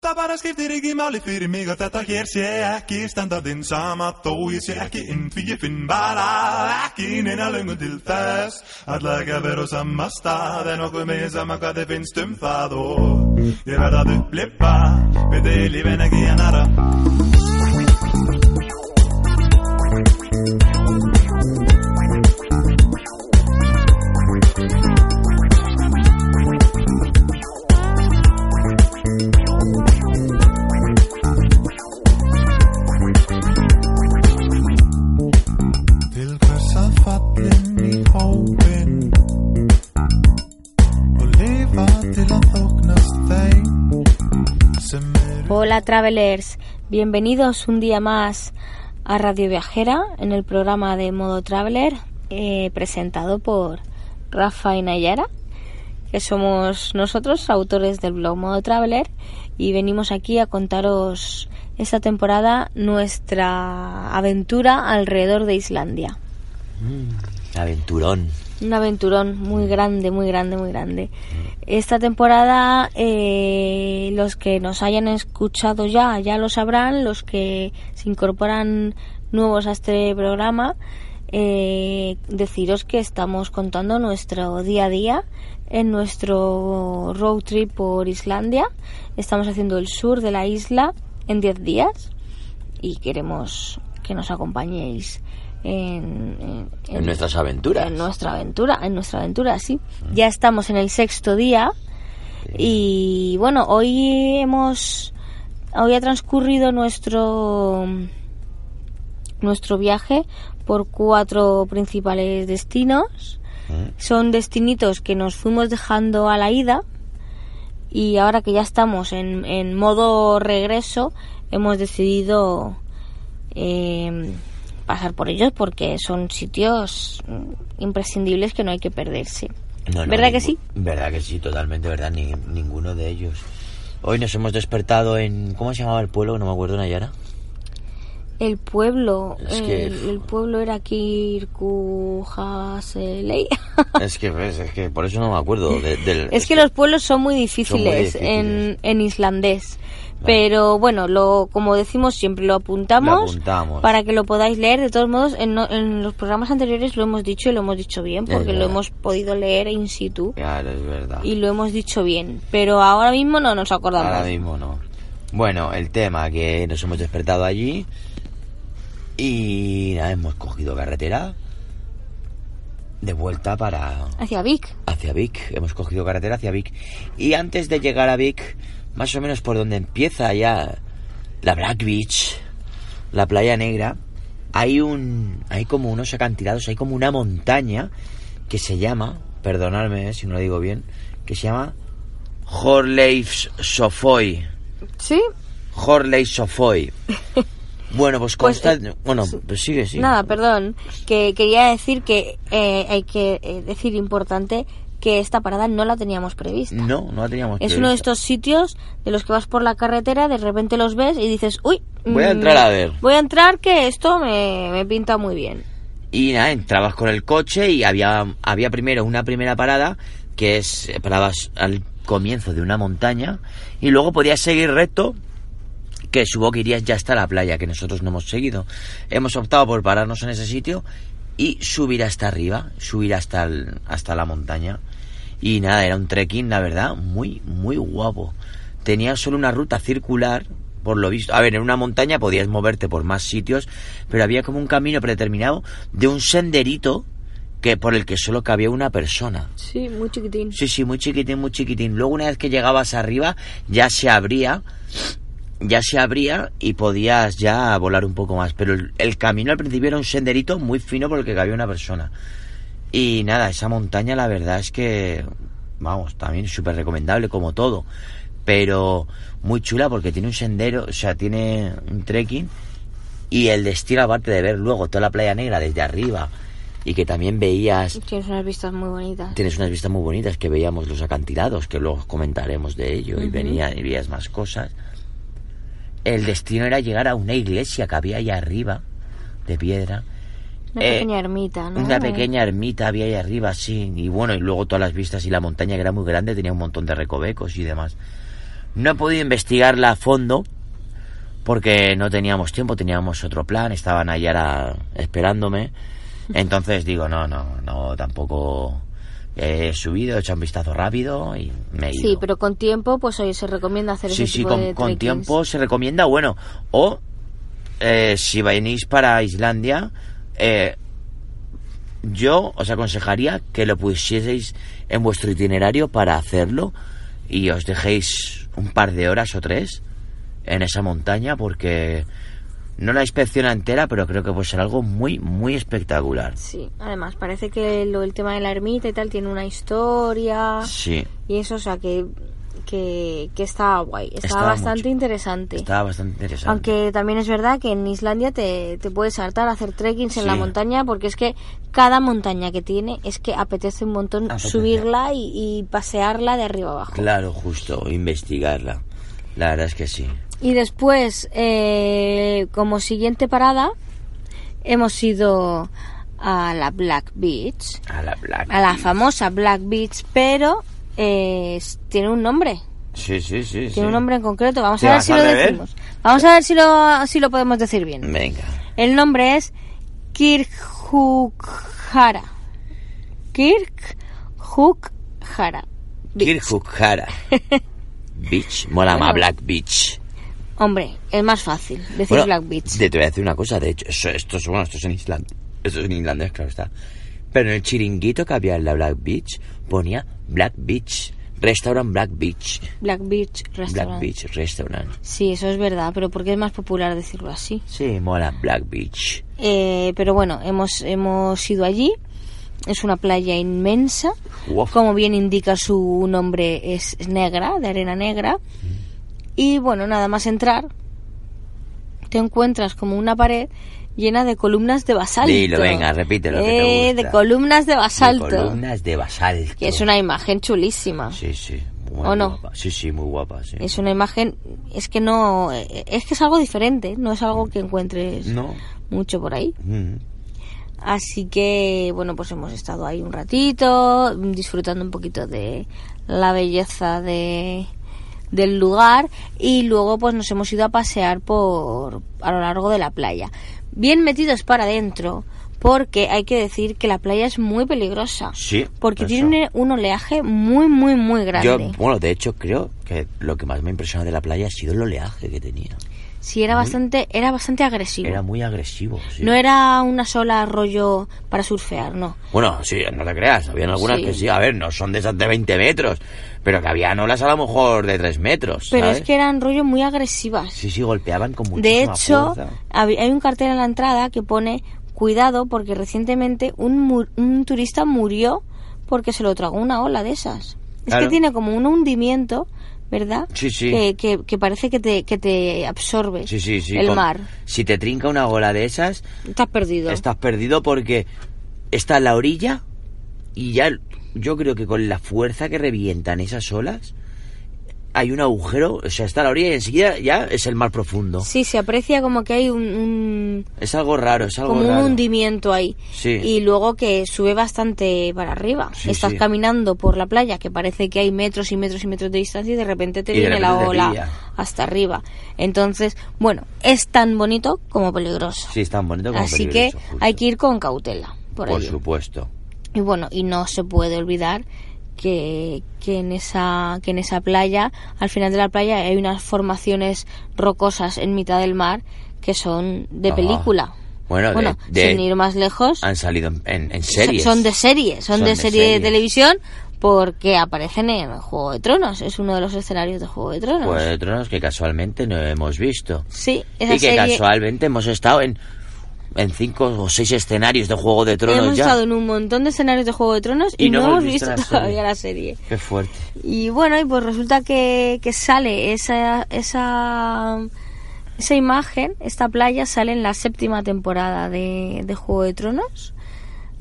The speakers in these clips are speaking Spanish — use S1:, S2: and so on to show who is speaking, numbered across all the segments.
S1: Það bara skiptir ekki máli fyrir mig að þetta hér sé ekki standardinn sama þó ég sé ekki inn því ég finn bara ekki neina löngun til þess Alla ekki að vera á sama stað en okkur megin sama hvað þið finnst um það og ég verð að upplifa við þið lífin ekki annara Til hvers að falla inn í hópin og lifa til að þóknast þeim sem eru
S2: Hola travelers, bienvenidos un día más a Radio Viajera en el programa de Modo Traveler eh, presentado por Rafa y Nayara, que somos nosotros autores del blog Modo Traveler y venimos aquí a contaros esta temporada nuestra aventura alrededor de Islandia.
S3: Aventurón.
S2: Un aventurón muy grande, muy grande, muy grande. Esta temporada, eh, los que nos hayan escuchado ya, ya lo sabrán, los que se incorporan nuevos a este programa, eh, deciros que estamos contando nuestro día a día en nuestro road trip por Islandia. Estamos haciendo el sur de la isla en 10 días y queremos que nos acompañéis en, en-
S3: En nuestras aventuras.
S2: En nuestra aventura, en nuestra aventura, sí. Ya estamos en el sexto día y bueno, hoy hemos, hoy ha transcurrido nuestro nuestro viaje por cuatro principales destinos.
S3: Mm.
S2: Son destinitos que nos fuimos dejando a la ida y ahora que ya estamos en, en modo regreso, hemos decidido eh, pasar por ellos porque son sitios mm, imprescindibles que no hay que perderse.
S3: No, no,
S2: ¿Verdad que
S3: ningú-
S2: sí?
S3: Verdad que sí, totalmente verdad. Ni- ninguno de ellos. Hoy nos hemos despertado en. ¿Cómo se llamaba el pueblo? No me acuerdo, Nayara.
S2: El pueblo,
S3: Es
S2: el,
S3: que-
S2: el pueblo era Kirkujaseley.
S3: es, que, pues, es que por eso no me acuerdo. de- del-
S2: Es que los pueblos son muy difíciles,
S3: difíciles.
S2: En, en islandés.
S3: Vale.
S2: Pero bueno, lo como decimos siempre, lo apuntamos,
S3: Lo apuntamos.
S2: para que lo podáis leer. De todos modos, en, no- en los programas anteriores lo hemos dicho y lo hemos dicho bien,
S3: Ya,
S2: porque
S3: ya.
S2: lo hemos podido leer in situ
S3: Claro, es verdad.
S2: y lo hemos dicho bien. Pero ahora mismo no nos acordamos.
S3: Ahora mismo no. Bueno, el tema que nos hemos despertado allí y nada, hemos cogido carretera de vuelta para
S2: Hacia Vic.
S3: hacia Vic. Hemos cogido carretera hacia Vic y antes de llegar a Vic, más o menos por donde empieza ya la Black Beach, la playa negra, hay un hay como unos acantilados, hay como una montaña que se llama, perdonadme eh, si no lo digo bien, que se llama Horleifs Sofoy.
S2: Sí.
S3: Horley Sofoy. Bueno, pues
S2: Pues,
S3: consta...
S2: eh,
S3: bueno, pues sigue, sí.
S2: Nada, perdón. Que quería decir que eh, hay que eh, decir importante que esta parada no la teníamos prevista.
S3: No, no la teníamos
S2: Es uno de
S3: prevista.
S2: estos sitios de los que vas por la carretera, de repente los ves y dices, uy,
S3: Voy a
S2: mm,
S3: entrar a ver".
S2: Voy a entrar que esto me, me pinta muy bien.
S3: Y nada, entrabas con el coche y había, había primero una primera parada, que es, eh, parabas al comienzo de una montaña, y luego podías seguir recto, que subo que irías ya hasta la playa, que nosotros no hemos seguido. Hemos optado por pararnos en ese sitio y subir hasta arriba, subir hasta, el- hasta la montaña. Y nada, era un trekking, la verdad, muy, muy guapo. Tenía solo una ruta circular, por lo visto. A ver, en una montaña podías moverte por más sitios, pero había como un camino predeterminado de un senderito que por el que solo cabía una persona.
S2: Sí, muy chiquitín.
S3: Sí, sí, muy chiquitín, muy chiquitín. Luego una vez que llegabas arriba ya se abría, ya se abría y podías ya volar un poco más. Pero el, el camino al principio era un senderito muy fino por el que cabía una persona. Y nada, esa montaña la verdad es que, vamos, también súper recomendable como todo. pero muy chula porque tiene un sendero, o sea, tiene un trekking y el destino, aparte de ver luego toda la playa negra desde arriba y que también veías,
S2: Tienes unas vistas muy bonitas.
S3: tienes unas vistas muy bonitas que veíamos los acantilados, que luego comentaremos de ello, y venían y veías más cosas. El destino era llegar a una iglesia que había allá arriba, de piedra.
S2: Una
S3: Eh,
S2: pequeña ermita, ¿no?
S3: Una pequeña ermita había ahí arriba, sí. Y bueno, y luego todas las vistas y la montaña que era muy grande tenía un montón de recovecos y demás. No he podido investigarla a fondo porque no teníamos tiempo, teníamos otro plan, estaban Nayara esperándome. Entonces digo, no, no, no, tampoco he subido, he hecho un vistazo rápido y me he ido.
S2: Sí, pero con tiempo, pues oye, se recomienda hacer
S3: Sí,
S2: ese
S3: sí,
S2: tipo
S3: con,
S2: de
S3: con
S2: trekkings.
S3: tiempo se recomienda, bueno, o eh, si venís para Islandia, eh, yo os aconsejaría que lo pusieseis en vuestro itinerario para hacerlo y os dejéis un par de horas o tres en esa montaña porque no la inspecciona entera, pero creo que puede ser algo muy, muy espectacular.
S2: Sí, además parece que lo, el tema de la ermita y tal tiene una historia
S3: Sí,
S2: y eso, o sea, que, que, que está guay, está
S3: Estaba
S2: bastante
S3: mucho.
S2: interesante.
S3: estaba bastante interesante.
S2: Aunque también es verdad que en Islandia te, te puedes saltar a hacer trekkings en
S3: Sí.
S2: la montaña porque es que cada montaña que tiene es que apetece un montón
S3: Apetece.
S2: subirla y, y pasearla de arriba abajo.
S3: Claro, justo, investigarla. La verdad es que sí.
S2: Y después, eh, como siguiente parada, hemos ido a la Black Beach,
S3: A la placa.
S2: a la famosa Black Beach, pero eh, s- tiene un nombre,
S3: Sí, sí, sí.
S2: tiene un nombre en concreto. Vamos
S3: ¿Te
S2: a ver
S3: vas
S2: si
S3: a
S2: lo
S3: beber?
S2: decimos. Vamos a ver si lo, si lo podemos decir bien.
S3: Venga.
S2: El nombre es Kirkjukjara. Kirkjukjara.
S3: Kirkukara. Beach. Mola más Black Beach.
S2: Hombre, es más fácil decir
S3: Bueno,
S2: Black Beach.
S3: Te, te voy a decir una cosa. De hecho, eso, esto, es, bueno, esto es en Islandia. Esto es en islandés, claro está. Pero en el chiringuito que había en la Black Beach ponía Black Beach. Restaurant Black Beach.
S2: Black Beach Restaurant.
S3: Black Beach Restaurant.
S2: Sí, eso es verdad, pero porque es más popular decirlo así.
S3: Sí, mola Black Beach.
S2: Eh, pero bueno, hemos, hemos ido allí. Es una playa inmensa.
S3: Uf.
S2: Como bien indica su nombre, es es negra, de arena negra. Y bueno, nada más entrar, te encuentras como una pared llena de columnas de basalto.
S3: Dilo, venga, repítelo, que te
S2: Eh,
S3: gusta.
S2: De columnas de basalto.
S3: De columnas de basalto.
S2: Que es una imagen chulísima.
S3: Sí, sí. Muy
S2: ¿O no?
S3: guapa. Sí, sí, muy guapa, sí.
S2: Es una imagen, es que no, eh, es que es algo diferente, no es algo que encuentres
S3: No.
S2: mucho por ahí.
S3: Mm.
S2: Así que, bueno, pues hemos estado ahí un ratito, disfrutando un poquito de la belleza de, del lugar y luego pues nos hemos ido a pasear por a lo largo de la playa. Bien metidos para adentro, porque hay que decir que la playa es muy peligrosa.
S3: Sí.
S2: Porque
S3: eso.
S2: tiene un oleaje muy, muy, muy grande.
S3: Yo, bueno, de hecho creo que lo que más me ha impresionado de la playa ha sido el oleaje que tenía.
S2: sí, era bastante, era bastante agresivo.
S3: Era muy agresivo. sí.
S2: No era una sola rollo para surfear, no.
S3: Bueno, sí, no te creas. Habían algunas
S2: Sí.
S3: que sí, a ver, no son de esas de 20 metros, pero que habían olas a lo mejor de 3 metros.
S2: Pero
S3: ¿sabes?
S2: es que eran rollo muy agresivas.
S3: Sí, sí, golpeaban con muchísima
S2: De hecho,
S3: fuerza.
S2: hab- hay un cartel en la entrada que pone cuidado porque recientemente un, mu- un turista murió porque se lo tragó una ola de esas. Es
S3: Claro.
S2: que tiene como un hundimiento, ¿verdad?
S3: Sí, sí.
S2: Que, que- que parece que te, que te absorbe
S3: Sí, sí, sí.
S2: el
S3: con-
S2: mar.
S3: Si te trinca una ola de esas,
S2: Estás perdido.
S3: estás perdido porque está en la orilla y ya yo creo que con la fuerza que revientan esas olas hay un agujero, o sea, está a la orilla y enseguida ya es el mar profundo.
S2: Sí, se aprecia como que hay un- un,
S3: Es algo raro, es algo
S2: como
S3: raro.
S2: un hundimiento ahí.
S3: Sí.
S2: Y luego que sube bastante para arriba.
S3: Sí,
S2: Estás
S3: sí.
S2: caminando por la playa que parece que hay metros y metros y metros de distancia y de repente te
S3: Y de
S2: viene la
S3: repente te
S2: ola
S3: pilla.
S2: hasta arriba. Entonces, bueno, es tan bonito como peligroso.
S3: Sí, es tan bonito como
S2: Así que
S3: peligroso, justo.
S2: hay que ir con cautela por,
S3: por,
S2: ello.
S3: supuesto.
S2: Y bueno, y no se puede olvidar que, que en esa que en esa playa, al final de la playa hay unas formaciones rocosas en mitad del mar que son de
S3: Ah.
S2: película.
S3: Bueno, de- de-
S2: sin ir más lejos,
S3: Han salido en, en- en series.
S2: son de serie, son,
S3: Son
S2: de,
S3: de
S2: serie de
S3: series.
S2: televisión porque aparecen en Juego de Tronos, es uno de los escenarios de Juego de Tronos.
S3: Juego de Tronos que casualmente no hemos visto.
S2: sí, esa
S3: Pues, Y que
S2: serie
S3: casualmente hemos estado en en cinco o seis escenarios de Juego de Tronos
S2: Hemos
S3: ya.
S2: estado en un montón de escenarios de Juego de Tronos y, no, hemos visto,
S3: la
S2: todavía
S3: serie.
S2: la serie.
S3: Qué fuerte.
S2: Y bueno, y pues resulta que, que sale esa, esa, esa imagen, esta playa sale en la séptima temporada de, de Juego de Tronos.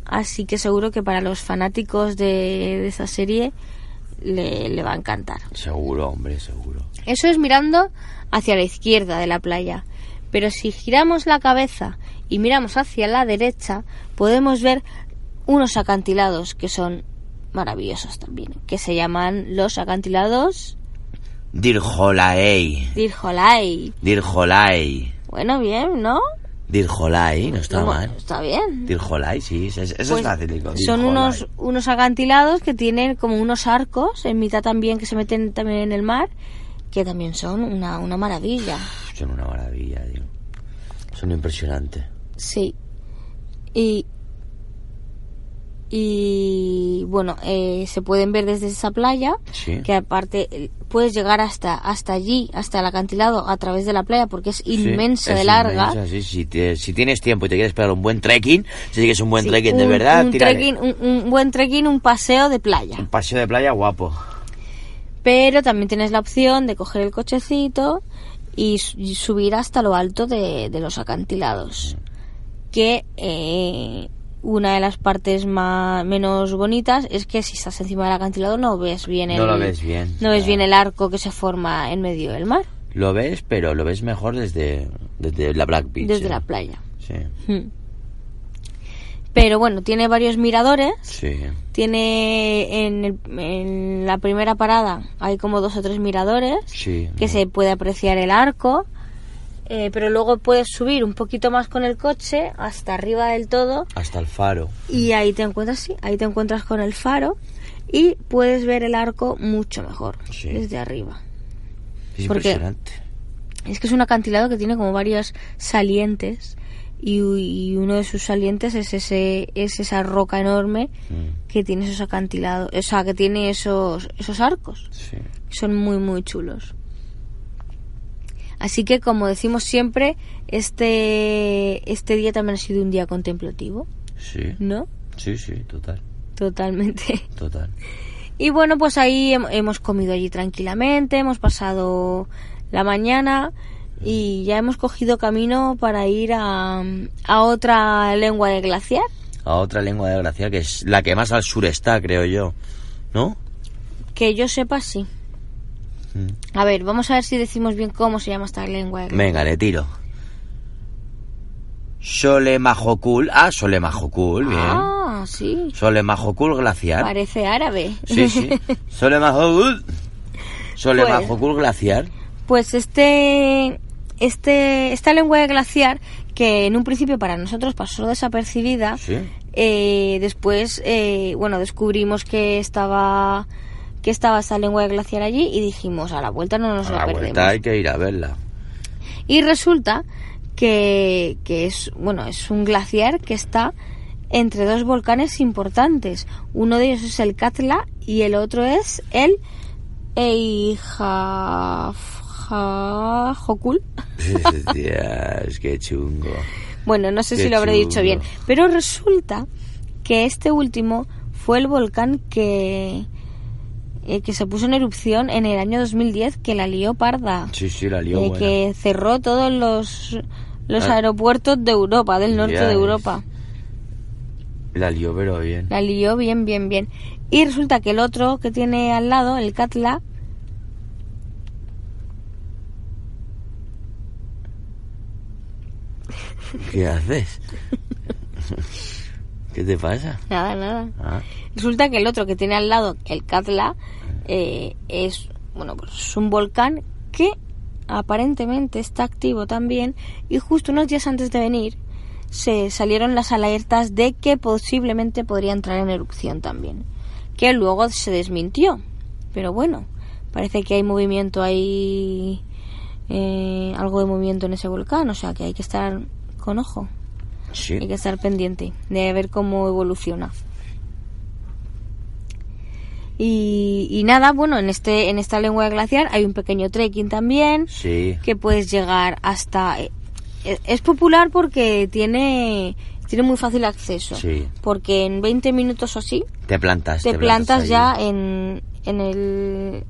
S2: Así que seguro que para los fanáticos de, de esta serie le, le va a encantar.
S3: Seguro, hombre, seguro.
S2: Eso es mirando hacia la izquierda de la playa. Pero si giramos la cabeza y miramos hacia la derecha, podemos ver unos acantilados que son maravillosos también, que se llaman los acantilados
S3: Dirjolai.
S2: Dirjolai.
S3: Dirjolai.
S2: Bueno, bien, ¿no?
S3: Dirjolai, no está
S2: Como-
S3: mal.
S2: Está bien.
S3: Dirjolai, sí, es- es- eso
S2: Pues
S3: es facilico.
S2: son
S3: Dirjolai.
S2: unos, unos acantilados que tienen como unos arcos en mitad también que se meten también en el mar, que también son una, una maravilla.
S3: Son una maravilla, tío. Son impresionantes.
S2: Sí. Y. Y bueno, eh, se pueden ver desde esa playa,
S3: Sí.
S2: que aparte eh, puedes llegar hasta hasta allí, hasta el acantilado, a través de la playa, porque es
S3: Sí,
S2: inmensa de
S3: es
S2: larga.
S3: inmensa, sí, si, te- si tienes tiempo y te quieres pegar un buen trekking, si que es un buen
S2: Sí,
S3: trekking de
S2: un-
S3: verdad,
S2: Un,
S3: tírale.
S2: trekking- un- un buen trekking, un paseo de playa.
S3: Un paseo de playa guapo.
S2: Pero también tienes la opción de coger el cochecito y, su- y subir hasta lo alto de, de los acantilados. Que eh, una de las partes más, menos bonitas es que si estás encima del acantilado no ves bien el,
S3: No lo ves bien,
S2: no ves
S3: claro.
S2: bien el arco que se forma en medio del mar,
S3: Lo ves, pero lo ves mejor desde, desde la Black Beach.
S2: desde
S3: eh.
S2: la playa.
S3: Sí,
S2: Mm. Pero bueno, tiene varios miradores.
S3: sí.
S2: Tiene en, el- en la primera parada hay como dos o tres miradores.
S3: sí.
S2: que se puede apreciar el arco, eh, pero luego puedes subir un poquito más con el coche hasta arriba del todo
S3: Hasta el faro.
S2: y ahí te encuentras, sí, ahí te encuentras con el faro y puedes ver el arco mucho mejor
S3: Sí.
S2: desde arriba.
S3: Es
S2: ¿Por qué?
S3: impresionante.
S2: Es que es un acantilado que tiene como varios salientes y, u- y uno de sus salientes es ese es esa roca enorme
S3: Mm,
S2: que tiene esos acantilados, o sea, que tiene esos esos arcos.
S3: sí.
S2: son muy muy chulos. Así que como decimos siempre, este este día también ha sido un día contemplativo,
S3: Sí.
S2: ¿no?
S3: Sí, sí, total.
S2: Totalmente.
S3: Total.
S2: Y bueno, pues ahí hem- hemos comido allí tranquilamente, hemos pasado la mañana y ya hemos cogido camino para ir a, a otra lengua de glaciar.
S3: A otra lengua de gracia que es la que más al sur está, creo yo. ¿No?
S2: Que yo sepa, sí.
S3: Mm.
S2: A ver, vamos a ver si decimos bien cómo se llama esta lengua de glaciar.
S3: Venga, le tiro. Sole Majocul. Ah, Sole Majocul, bien.
S2: Ah, sí.
S3: Sole Majocul glaciar.
S2: Parece árabe.
S3: Sí, sí. Sole Majocul. Sole
S2: Pues-
S3: Majocul glaciar.
S2: Pues este, este, esta lengua de glaciar, que en un principio para nosotros pasó desapercibida,
S3: Sí.
S2: eh, después, eh, bueno, descubrimos que estaba que estaba esta lengua de glaciar allí y dijimos, a la vuelta no nos
S3: A
S2: la,
S3: la
S2: perdemos.
S3: vuelta hay que ir a verla.
S2: Y resulta que, que es, bueno, es un glaciar que está entre dos volcanes importantes. Uno de ellos es el Katla y el otro es el Eijafjalljökull.
S3: Dios, qué chungo.
S2: Bueno, no sé
S3: Qué
S2: si lo habré dicho
S3: chulo.
S2: bien, pero resulta que este último fue el volcán que eh, que se puso en erupción en el año 2010 que la lió parda.
S3: Sí, sí, la lió
S2: Eh,
S3: buena.
S2: que cerró todos los, los
S3: Ah.
S2: aeropuertos de Europa, del norte
S3: Ya
S2: de
S3: es.
S2: Europa.
S3: La lió, pero bien.
S2: La lió bien, bien, bien. Y resulta que el otro que tiene al lado, el Katla,
S3: ¿Qué haces? ¿Qué te pasa?
S2: nada, nada.
S3: Ah,
S2: Resulta que el otro que tiene al lado, el Katla, eh, es, bueno, pues es un volcán que aparentemente está activo también y justo unos días antes de venir se salieron las alertas de que posiblemente podría entrar en erupción también, que luego se desmintió. Pero bueno, parece que hay movimiento ahí, eh, algo de movimiento en ese volcán, o sea que hay que estar con ojo. Hay
S3: sí.
S2: que estar pendiente de ver cómo evoluciona. Y, y nada, bueno, en este en esta lengua de glaciar hay un pequeño trekking también
S3: Sí.
S2: que puedes llegar hasta eh, e- es popular porque tiene, tiene muy fácil acceso.
S3: Sí.
S2: Porque en 20 minutos o así
S3: Te plantas.
S2: te plantas
S3: ahí.
S2: ya en, en el...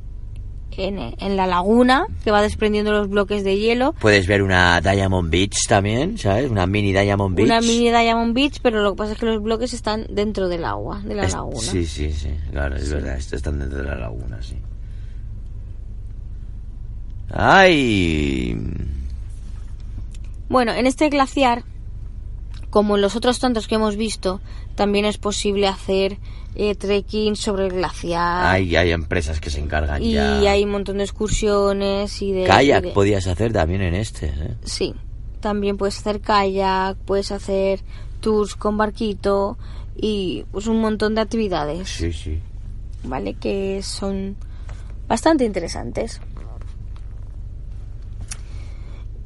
S2: En, en la laguna que va desprendiendo los bloques de hielo
S3: Puedes ver una Diamond Beach también, ¿sabes? Una mini Diamond Beach.
S2: una mini Diamond Beach pero lo que pasa es que los bloques están dentro del agua de la
S3: Es-
S2: laguna
S3: Sí, sí, sí. Claro, es verdad. est- Están dentro de la laguna, sí. ¡Ay!
S2: Bueno, en este glaciar, como en los otros tantos que hemos visto, también es posible hacer eh, trekking sobre el glaciar.
S3: Ay, hay empresas que se encargan
S2: Ah. y
S3: ya.
S2: hay un montón de excursiones y de... y
S3: Kayak
S2: de-
S3: podías hacer también en este, ¿eh?
S2: Sí, también puedes hacer kayak, puedes hacer tours con barquito y pues un montón de actividades,
S3: Sí, sí.
S2: ¿vale? Que son bastante interesantes.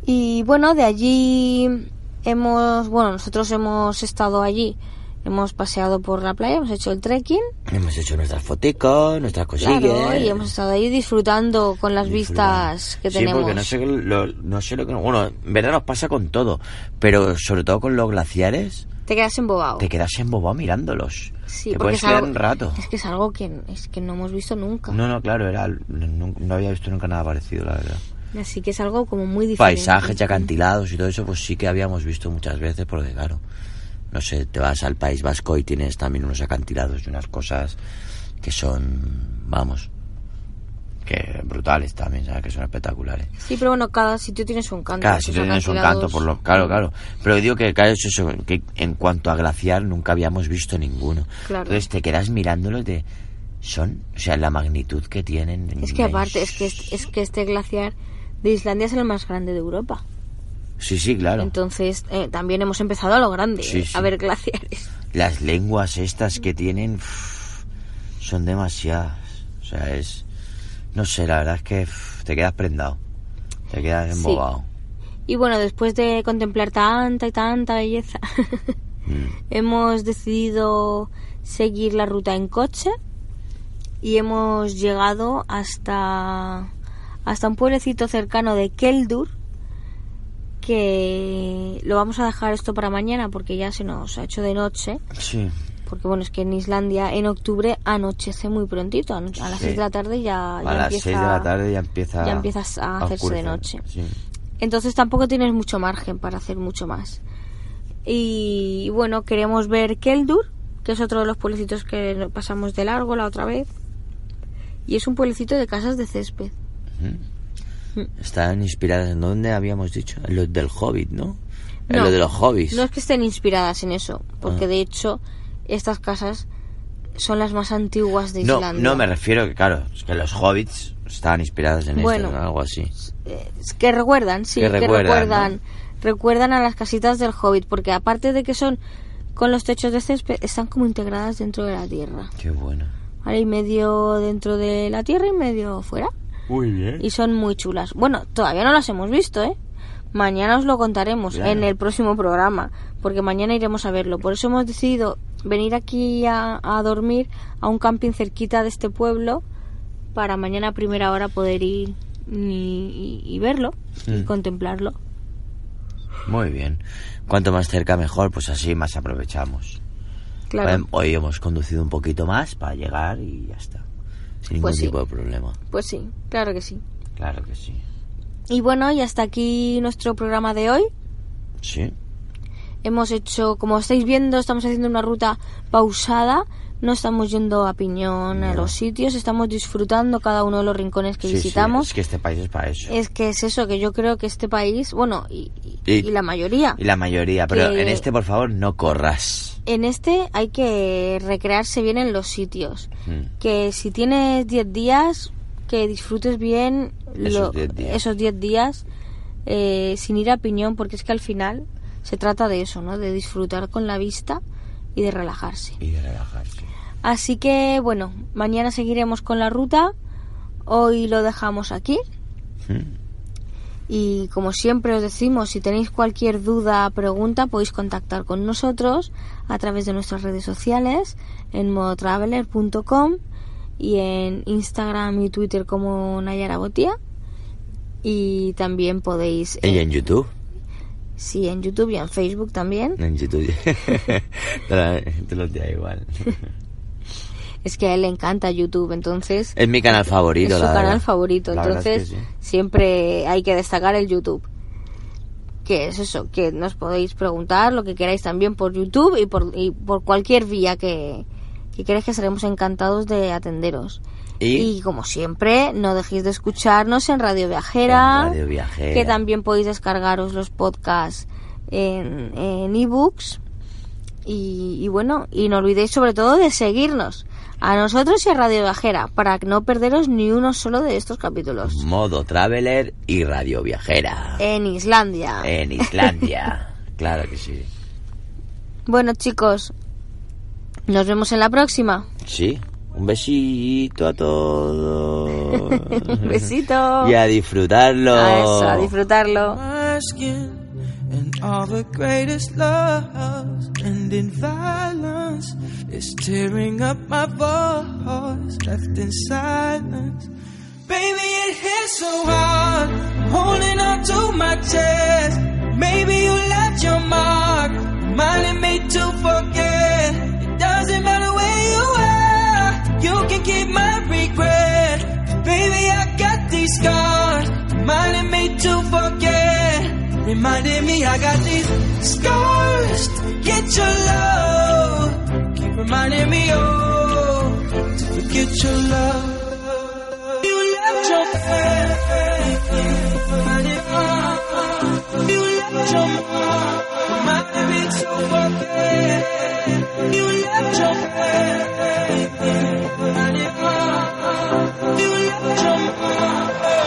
S2: Y bueno, de allí hemos, bueno, nosotros hemos estado allí, hemos paseado por la playa, hemos hecho el trekking,
S3: Hemos hecho nuestras foticos, nuestras cosillas.
S2: claro, y hemos estado ahí disfrutando con las
S3: Disfrutar.
S2: vistas que
S3: sí,
S2: tenemos.
S3: porque no sé, lo, no sé lo que... Bueno, en verdad nos pasa con todo, pero sobre todo con los glaciares,
S2: Te quedas embobado.
S3: te quedas embobado mirándolos.
S2: Oh. Sí,
S3: te
S2: porque
S3: puedes
S2: es
S3: quedar
S2: algo-
S3: un rato.
S2: Es que es algo que, es que no hemos visto nunca.
S3: No, no, claro, era, no, no había visto nunca nada parecido, la verdad.
S2: Así que es algo como muy diferente.
S3: Paisajes y acantilados y todo eso, pues sí que habíamos visto muchas veces, porque claro, no sé, te vas al País Vasco y tienes también unos acantilados y unas cosas que son, vamos, que brutales también, ¿sabes? Que son espectaculares.
S2: Sí, pero bueno, cada sitio tiene su encanto.
S3: Claro,
S2: sus
S3: si tienes un
S2: acantilados.
S3: canto, por lo claro, claro. Pero digo que, claro, eso, eso, que en cuanto a glaciar nunca habíamos visto ninguno.
S2: Claro.
S3: Entonces te quedas mirándolo y te... Son, o sea, la magnitud que tienen.
S2: Es que
S3: la
S2: aparte, es que, es, es que este glaciar de Islandia es el más grande de Europa.
S3: Sí, sí, claro.
S2: Entonces, eh, también hemos empezado a lo grande,
S3: Sí,
S2: eh,
S3: sí.
S2: a ver glaciares.
S3: Las lenguas estas que tienen uff, son demasiadas. O sea, es... No sé, la verdad es que uff, te quedas prendado. Te quedas
S2: Sí.
S3: embobado.
S2: Y bueno, después de contemplar tanta y tanta belleza,
S3: Mm.
S2: hemos decidido seguir la ruta en coche y hemos llegado hasta, hasta un pueblecito cercano de Keldur que lo vamos a dejar esto para mañana porque ya se nos ha hecho de noche
S3: Sí.
S2: porque bueno es que en Islandia en octubre anochece muy prontito ano- a las
S3: Sí.
S2: 6 de la tarde ya, Ah, ya
S3: a las
S2: empieza
S3: 6 de la tarde ya empieza
S2: ya empiezas a hacerse de
S3: oscurecer.
S2: noche.
S3: Sí.
S2: entonces tampoco tienes mucho margen para hacer mucho más. Y bueno, queremos ver Keldur, que es otro de los pueblecitos que lo pasamos de largo la otra vez. Y es un pueblecito de casas de césped.
S3: Ujú. Mm. Están inspiradas en dónde habíamos dicho, en los del Hobbit, ¿no? En
S2: No,
S3: los de los hobbies.
S2: No es que estén inspiradas en eso, porque
S3: Ah.
S2: de hecho estas casas son las más antiguas de
S3: no,
S2: Islandia.
S3: no, me refiero que claro, es que los hobbits estaban inspiradas en
S2: Bueno.
S3: esto, ¿no? algo así.
S2: Eh, que recuerdan, sí,
S3: Que
S2: que
S3: recuerdan,
S2: recuerdan. Recuerdan, a las casitas del hobbit, porque aparte de que son con los techos de césped, están como integradas dentro de la tierra.
S3: Qué bueno.
S2: Vale, y medio dentro de la tierra y medio fuera.
S3: Muy bien.
S2: Y son muy chulas. Bueno, todavía no las hemos visto, ¿eh? Mañana os lo contaremos
S3: Claro.
S2: en el próximo programa, porque mañana iremos a verlo. Por eso hemos decidido venir aquí a, a dormir a un camping cerquita de este pueblo para mañana a primera hora poder ir y, y- y verlo y
S3: Mm.
S2: contemplarlo.
S3: Muy bien. Cuanto más cerca mejor, pues así más aprovechamos.
S2: Claro,
S3: Hoy- Hoy hemos conducido un poquito más para llegar y ya está. Sin ningún
S2: Pues sí.
S3: tipo de problema.
S2: pues sí, claro que sí.
S3: Claro que sí.
S2: Y bueno, y hasta aquí nuestro programa de hoy.
S3: Sí.
S2: Hemos hecho, como estáis viendo, estamos haciendo una ruta pausada. No estamos yendo a piñón a
S3: No.
S2: los sitios, estamos disfrutando cada uno de los rincones que
S3: Sí, sí,
S2: visitamos.
S3: Es que este país es para eso.
S2: es... que es eso, que yo creo que este país, bueno, y, y-
S3: Y-
S2: y la mayoría,
S3: Y la mayoría, pero
S2: Que-
S3: en este, por favor, no corras.
S2: en este hay que recrearse bien en los sitios.
S3: Mm.
S2: Que si tienes 10 días, que disfrutes bien
S3: Esos
S2: lo-
S3: 10 días.
S2: esos 10 días eh, sin ir a piñón, porque es que al final se trata de eso, ¿no? De disfrutar con la vista y de relajarse.
S3: Y de relajarse.
S2: Así que bueno, mañana seguiremos con la ruta. Hoy lo dejamos aquí.
S3: ¿Mm?
S2: Y como siempre os decimos, si tenéis cualquier duda, pregunta, podéis contactar con nosotros a través de nuestras redes sociales en modotraveler.com y en Instagram y Twitter como Nayara Botía. Y también podéis... eh,
S3: Y en YouTube.
S2: Sí, en YouTube y en Facebook también.
S3: En YouTube. te, lo, te lo da igual.
S2: Es que a él le encanta YouTube, entonces
S3: Es mi canal favorito,
S2: es su
S3: la
S2: canal
S3: verdad.
S2: favorito.
S3: La verdad es que
S2: entonces
S3: sí.
S2: siempre hay que destacar el YouTube. Que es eso, que nos podéis preguntar lo que queráis también por YouTube y por, y por cualquier vía que, que queráis que seremos encantados de atenderos.
S3: Y,
S2: Y como siempre, no dejéis de escucharnos en Radio Viajera,
S3: En Radio Viajera.
S2: que también podéis descargaros los podcasts en en ebooks. y, y bueno, y no olvidéis sobre todo de seguirnos a nosotros y a Radio Viajera para no perderos ni uno solo de estos capítulos.
S3: modo traveler y radio viajera.
S2: En Islandia.
S3: En Islandia. claro que sí.
S2: Bueno chicos, nos vemos en la próxima.
S3: Sí. Un besito a todos.
S2: Un besito.
S3: y a disfrutarlo.
S2: A eso, a disfrutarlo.
S4: my skin and all the greatest loves end in violence it's tearing up my voice left in silence baby it hits so hard I'm holding on to my chest maybe you left your mark reminding me to forget it doesn't matter where you are you can keep my regret Baby, I got these scars, reminding me to forget. Reminding me I got these scars to get your love. Keep reminding me, oh, to forget your love. You left your friend. You left your mom. Reminding me to forget. You left your friend. Reminding me. You left your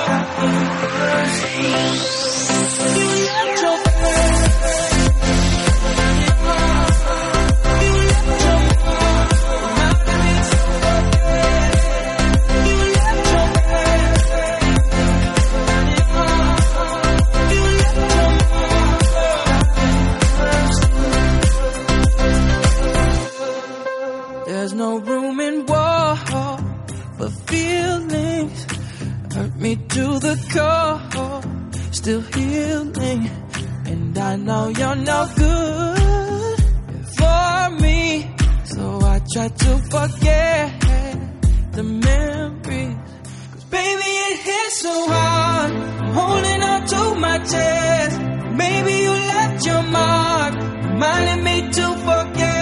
S4: There's no room in war for feelings. Hurt me to the core, still healing. And I know you're no good for me, so I try to forget the memories. Cause baby, it hits so hard. I'm holding on to my chest. Maybe you left your mark, reminding me to forget.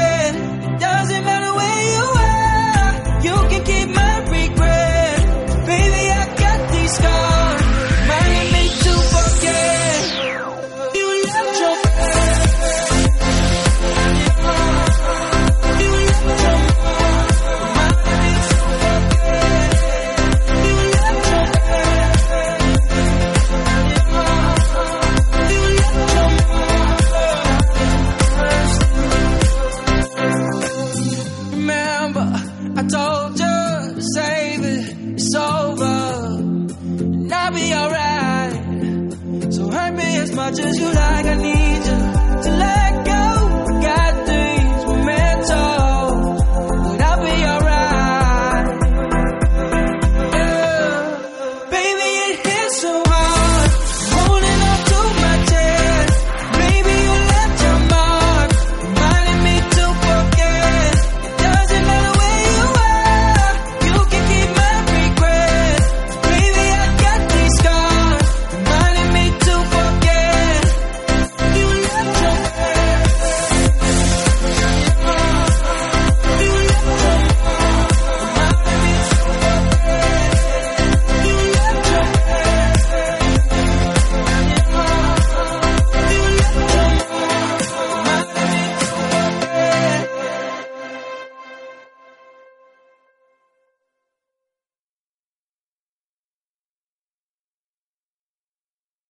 S4: It doesn't matter where you are, you can keep my regret. Baby, I got these scars, reminding me to forget. You left your Remember, I told you to save it. It's over, and I'll be alright. So hurt me as much as you like. I